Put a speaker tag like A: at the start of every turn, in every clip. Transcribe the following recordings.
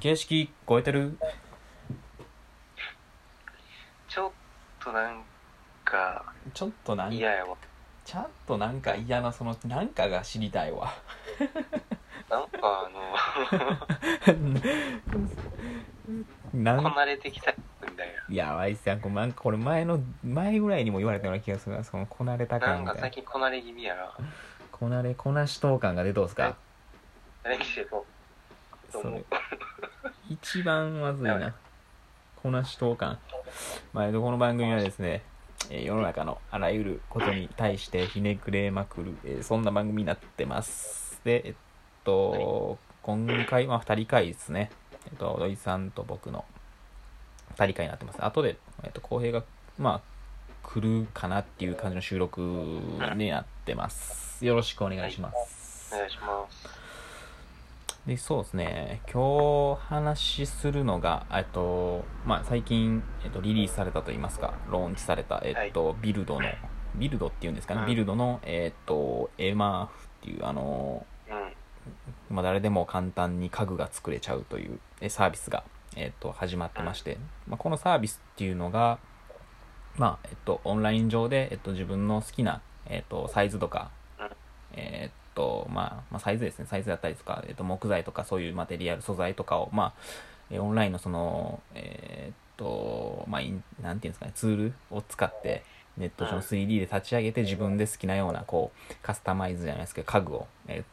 A: 形式超えてる
B: ちょっとなんか
A: ちょっとなん
B: 嫌やわ
A: ちゃんとなんか嫌なそのなんかが知りたいわ
B: なんかあ
A: な
B: のこ
A: ん
B: なれてきたみたい
A: いやワイさんこれなんかこれ前の前ぐらいにも言われたような気がするなそのこなれた
B: なな
A: 感
B: ん
A: み
B: か
A: た
B: 最
A: いな
B: 近こなれ気味やな
A: こなれこなし等感が出とうすか
B: 何しても
A: そ
B: どうも
A: れ 一番まずいな、
B: はい
A: こなし等感前のこの番組はですねえー世の中のあらゆることに対してひねくれまくる、えーそんな番組になってますでえっと今回は2人会ですねえっと土井さんと僕の2人会になってますあとで、えっと、浩平がまあ来るかなっていう感じの収録になってますよろしくお願いします、
B: お願いします
A: でそうですね今日話しするのが、えっとまあ、最近、えっと、リリースされたといいますかローンチされた、えっとビルドのビルドっていうんですかね、
B: うん
A: ビルドの、えっと、エマーフっていうあの、
B: うん
A: まあ、誰でも簡単に家具が作れちゃうというえサービスが、えっと、始まってまして、まあ、このサービスっていうのが、まあえっと、オンライン上で、えっと、自分の好きな、えっと、サイズとか
B: うん、
A: えっとまあ、まあサイズですねサイズだったりとか、えっと、木材とかそういうマテリアル素材とかを、まあえーオンラインのそのえーっとまあインなんていうんですかねツールを使ってネット上の 3D で立ち上げて自分で好きなようなこうカスタマイズじゃないですけど家具を、えー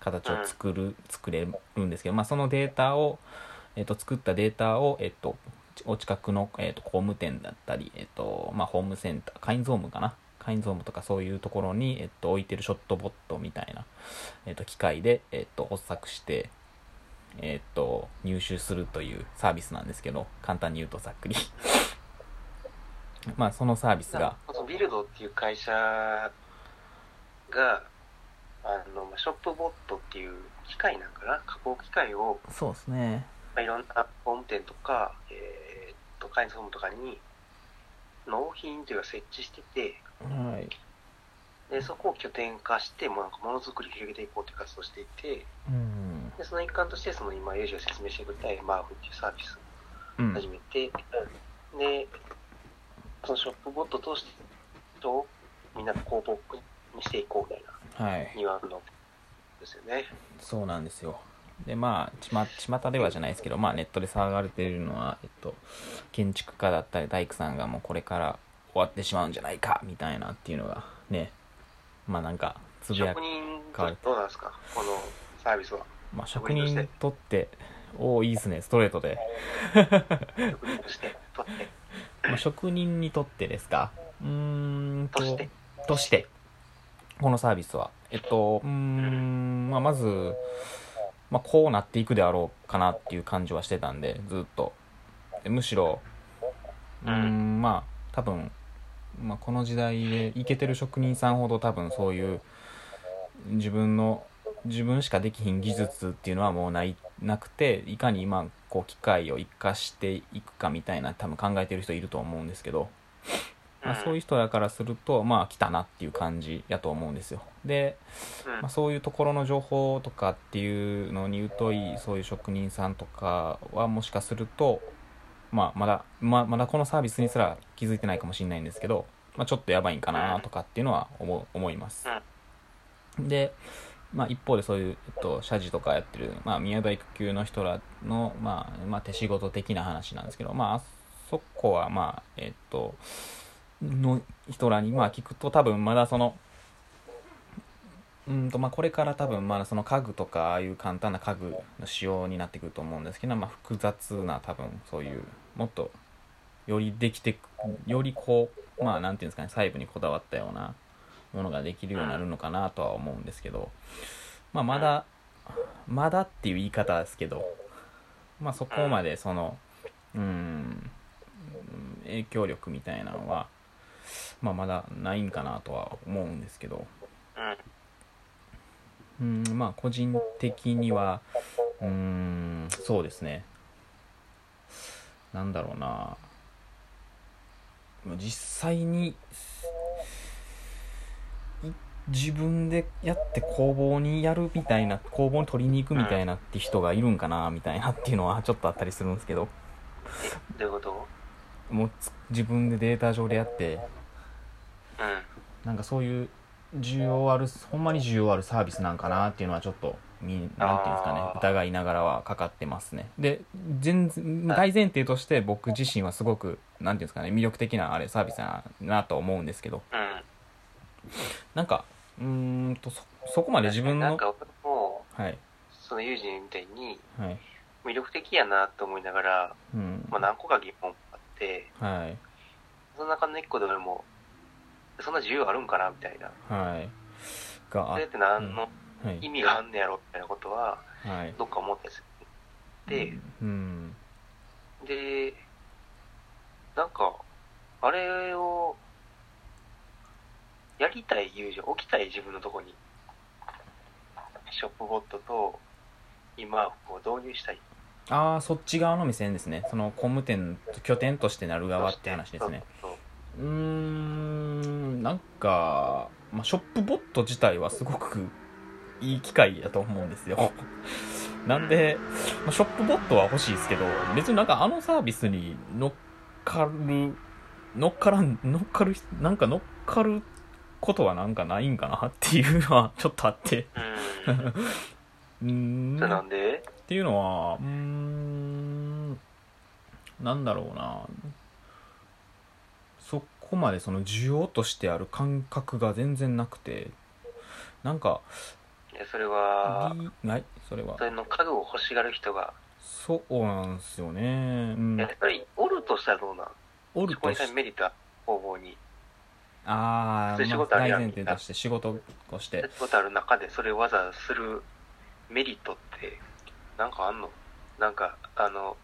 A: 形を作る作れるんですけど、まあ、そのデータを、えーっと作ったデータを、えーっとお近くの、えー、と工務店だったり、えーとまあ、ホームセンターカインゾームかなカインゾームとかそういうところに、えっと、置いてるショットボットみたいな、えっと、機械で、えっと、発作して、えっと、入手するというサービスなんですけど簡単に言うとざっくり まあそのサービスが
B: そのビルドっていう会社があのまあショップボットっていう機械なんかな加工機械を、
A: そうですね
B: まあ、いろんなホーム店とか、えーっとカインズホームとかに納品というか設置してて
A: はい
B: でそこを拠点化してもうなんかものづくりを広げていこうという活動をしていて
A: うん、
B: でその一環としてその今ユージが説明してくれた m マーフっていうサービス
A: う
B: 始
A: ん、
B: めて、で、そのショップボット通して、とみんなの工房にしていこうみたいな、
A: はい
B: ニュアンスのですよね。
A: そうなんですよでまあちま巷ではじゃないですけど、まあ、ネットで騒がれているのは、えっと、建築家だったり大工さんがもうこれから終わってしまうんじゃないかみたいなっていうのがねまあなんかつぶや
B: 職
A: く
B: 人とどうなんですか、このサービスは。
A: まあ、職人にとっておおいいですねストレートで、
B: 職人として、とって、
A: まあ、職人にとってですかうーんと
B: として
A: としてこのサービスはえっとうーん、まあ、まず、まあ、こうなっていくであろうかなっていう感じはしてたんでずっとでむしろうーんまあ多分、まあ、この時代でイケてる職人さんほど多分そういう自分の自分しかできひん技術っていうのはもうないなくていかに今こう機械を生かしていくかみたいな多分考えてる人いると思うんですけど、まあ、そういう
B: い
A: 人だからするとまあ来たなっていう感じやと思うんですよで、
B: うん、うん
A: まあ、そういうところの情報とかっていうのに疎いそういう職人さんとかはもしかすると、まあ、まだままだこのサービスにすら気づいてないかもしれないんですけど、まあ、ちょっとやばいんかなとかっていうのは思う思いますで、まあ、一方でそういう、えっと、社事とかやってる、まあ、宮大工級の人らの、まあまあ、手仕事的な話なんですけどまああそこはまあえっとの人らにまあ聞くと多分まだそのうんとまあこれから多分まだその家具とかああいう簡単な家具の仕様になってくると思うんですけど、まあ、複雑な多分そういうもっとよりできてくよりこうまあなんていうんですかね細部にこだわったようなものができるようになるのかなとは思うんですけど、まあ、まだまだっていう言い方ですけど、まあ、そこまでそのうんうん影響力みたいなのは、まあ、まだないんかなとは思うんですけど。うんまあ個人的にはうーんそうですねなんだろうな実際にい自分でやって工房にやるみたいな工房に取りに行くみたいなって人がいるんかなみたいなっていうのはちょっとあったりするんですけど
B: どういうこと
A: もうつ自分でデータ上でやって
B: うん。
A: なんかそういう需要あるほんまに需要あるサービスなんかなっていうのはちょっとみなんていうんですか
B: あ
A: ね
B: ー
A: 疑いながらはかかってますねで全然大前提として僕自身はすごくなんていうんですかね魅力的なあれサービスだなと思うんですけど
B: うん。
A: なんかうーんとそそこまで自分
B: なん
A: の
B: か僕も、
A: はい
B: その友人みたいに、
A: はい
B: 魅力的やなと思いながら、
A: うん
B: まあ、何個か疑問あって、
A: はい
B: その中の1個で俺も、そんな自由あるんかなみたいな。
A: はいがあ
B: そ
A: は
B: れって何の意
A: い
B: 味があんねやろみたいなことは、
A: はい
B: どっか思ったりする。
A: うん
B: で、で、なんか、あれを、やりたい友情、起きたい自分のとこに、ショップボットと、今、こう導入したい。
A: ああそっち側の目線ですねその工務店拠点としてなる側って話ですね
B: そうそ
A: う
B: う
A: ーんなんか、まあ、ショップボット自体はすごくいい機会やと思うんですよなんで、まあ、ショップボットは欲しいですけど別になんかあのサービスに乗っかる乗っからん乗っかるなんか乗っかることはなんかないんかなっていうのはちょっとあって
B: そうう ん。
A: うーん
B: それなんで
A: っていうのはうーんなんだろうなそこまでその需要としてある感覚が全然なくてなんか
B: いやそれは、
A: りはいそれは
B: それの家具を欲しがる人が、
A: そうなんですよねう
B: い
A: ん
B: ややっぱりおるとしたらどうなん
A: おる
B: そことに
A: し
B: 対してメリットは工房に。
A: あ
B: そう
A: ー
B: いう仕
A: まあ
B: 事ある
A: 大
B: やん
A: 前提として仕事をし
B: や
A: て
B: ったことある中でそれをわざわざするメリットって、なんかあんのなんか、あの、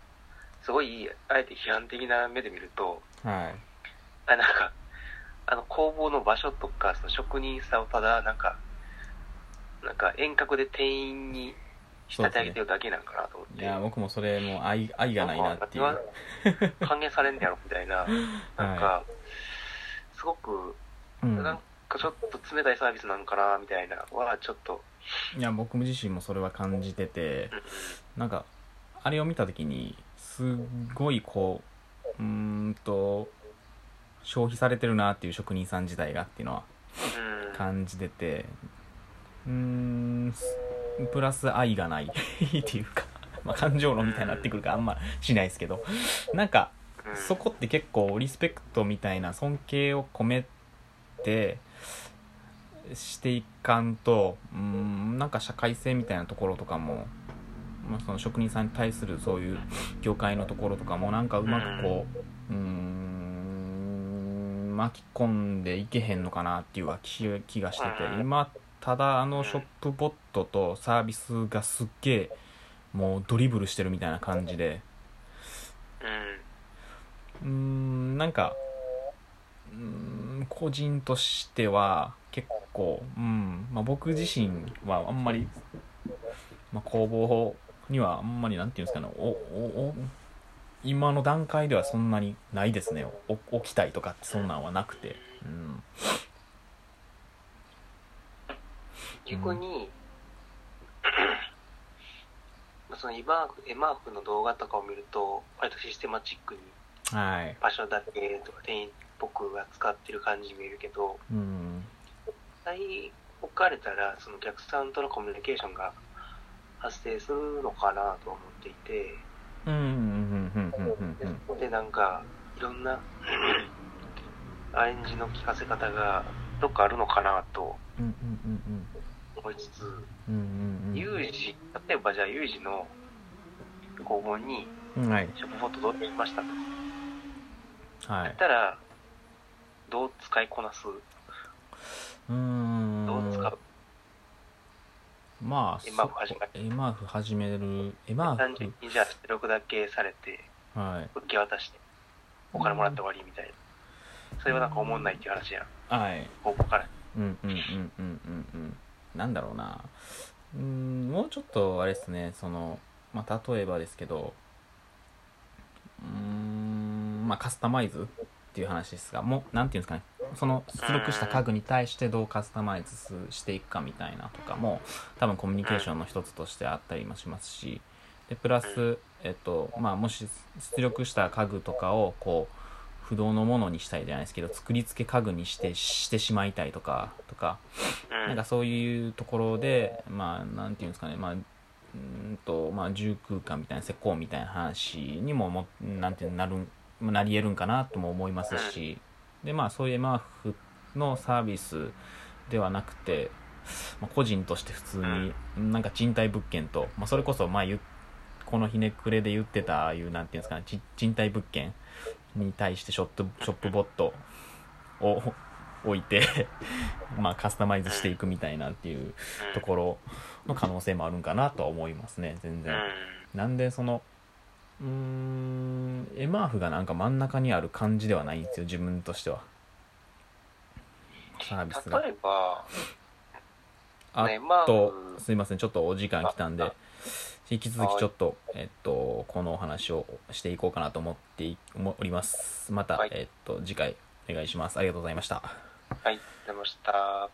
B: すごい、あえて批判的な目で見ると、
A: はい
B: あなんか、あの工房の場所とか、その職人さんをただ、なんか、なんか遠隔で店員に仕立て上げてるだけなんかなと思っ
A: い
B: て。
A: や僕もそれもう愛愛がないなっていう
B: なんか私は歓迎されんねやろみたいな、な んか、すごく、
A: うん
B: なんかちょっと冷たいサービスなんかなみたいなは、ちょっと、
A: いや僕自身もそれは感じててなんかあれを見た時にすごいこううーんと消費されてるなっていう職人さん自体がっていうのは
B: うん、
A: 感じててうーんすプラス愛がないっていうか、まあ、感情論みたいになってくるからあんましないですけどなんか
B: うん
A: そこって結構リスペクトみたいな尊敬を込めてしていかんとうーんなんか社会性みたいなところとかも、まあ、その職人さんに対するそういう業界のところとかもなんかうまくこううーん巻き込んでいけへんのかなっていうは気気がしてて今ただあのショップボットとサービスがすっげえもうドリブルしてるみたいな感じで。
B: うん
A: うーんなんかうーん個人としては結構、うんまあ、僕自身はあんまり、まあ、工房にはあんまりなんていうんですかねおおお今の段階ではそんなにないですねお起きたいとかってそんなんはなくて、うん、
B: 逆に、 その今、エマークの動画とかを見ると、割とシステマチックに
A: はい、
B: 場所だけとか店員っぽく扱ってる感じに見えるけど、
A: うん、
B: 実際置かれたら、そのお客さんとのコミュニケーションが発生するのかなと思っていて、
A: うんうんうんうんうん
B: で
A: うん
B: そこでなんか、いろんな アレンジの聞かせ方がどっかあるのかなと
A: うんうんうん
B: 思いつつ、
A: うんうんうん
B: 有事、例えばじゃあ有事の工房に
A: うんはい
B: ショップボット導入しましたと。
A: は
B: やっ
A: い
B: たら、どう使いこなす
A: うーん
B: どう使う
A: まあ、
B: エマーフ始め
A: エマーフ始める、エマ
B: 単
A: ー
B: 純
A: フ、
B: にじゃあ出力だけされて、
A: はい。
B: 受け渡して、お金もらって終わりみたいな。それはなんか思んないっていう話やん。
A: はい。
B: 応募から。
A: うんうんうんうんうんうん。なんだろうな。うーん、もうちょっと、あれですね、その、まあ、例えばですけど、うーん、まあ、カスタマイズっていう話ですが、もう、なんていうんですかね、その出力した家具に対してどうカスタマイズしていくかみたいなとかも多分コミュニケーションの一つとしてあったりもしますしでプラス、えっとまあ、もし出力した家具とかをこう不動のものにしたいじゃないですけど作り付け家具にしてしてしまいたいとかとかなんかそういうところでまあなんていうんですかねまあうんとまあ、住空間みたいな施工みたいな話にももなんてなるんなりえるんかなとも思いますし、でまあそういうマーフのサービスではなくて、まあ、個人として普通になんか賃貸物件と、まあ、それこそまあ言っこのひねくれで言ってたああいうなんていうんですかねち賃貸物件に対してショットショップボットを 置いて まあカスタマイズしていくみたいなっていうところの可能性もあるんかなとは思いますね全然。なんでそのうーんエマーフがなんか真ん中にある感じではないんですよ自分としてはサービスが
B: 例えば、
A: あ
B: ねまあ
A: と
B: うん
A: すいませんちょっとお時間来たん
B: あ
A: で
B: あ
A: 引き続きちょっと、えっと、このお話をしていこうかなと思ってい思おりますまた、
B: はい
A: えっと、次回お願いしますありがとうございました
B: はい、出ました。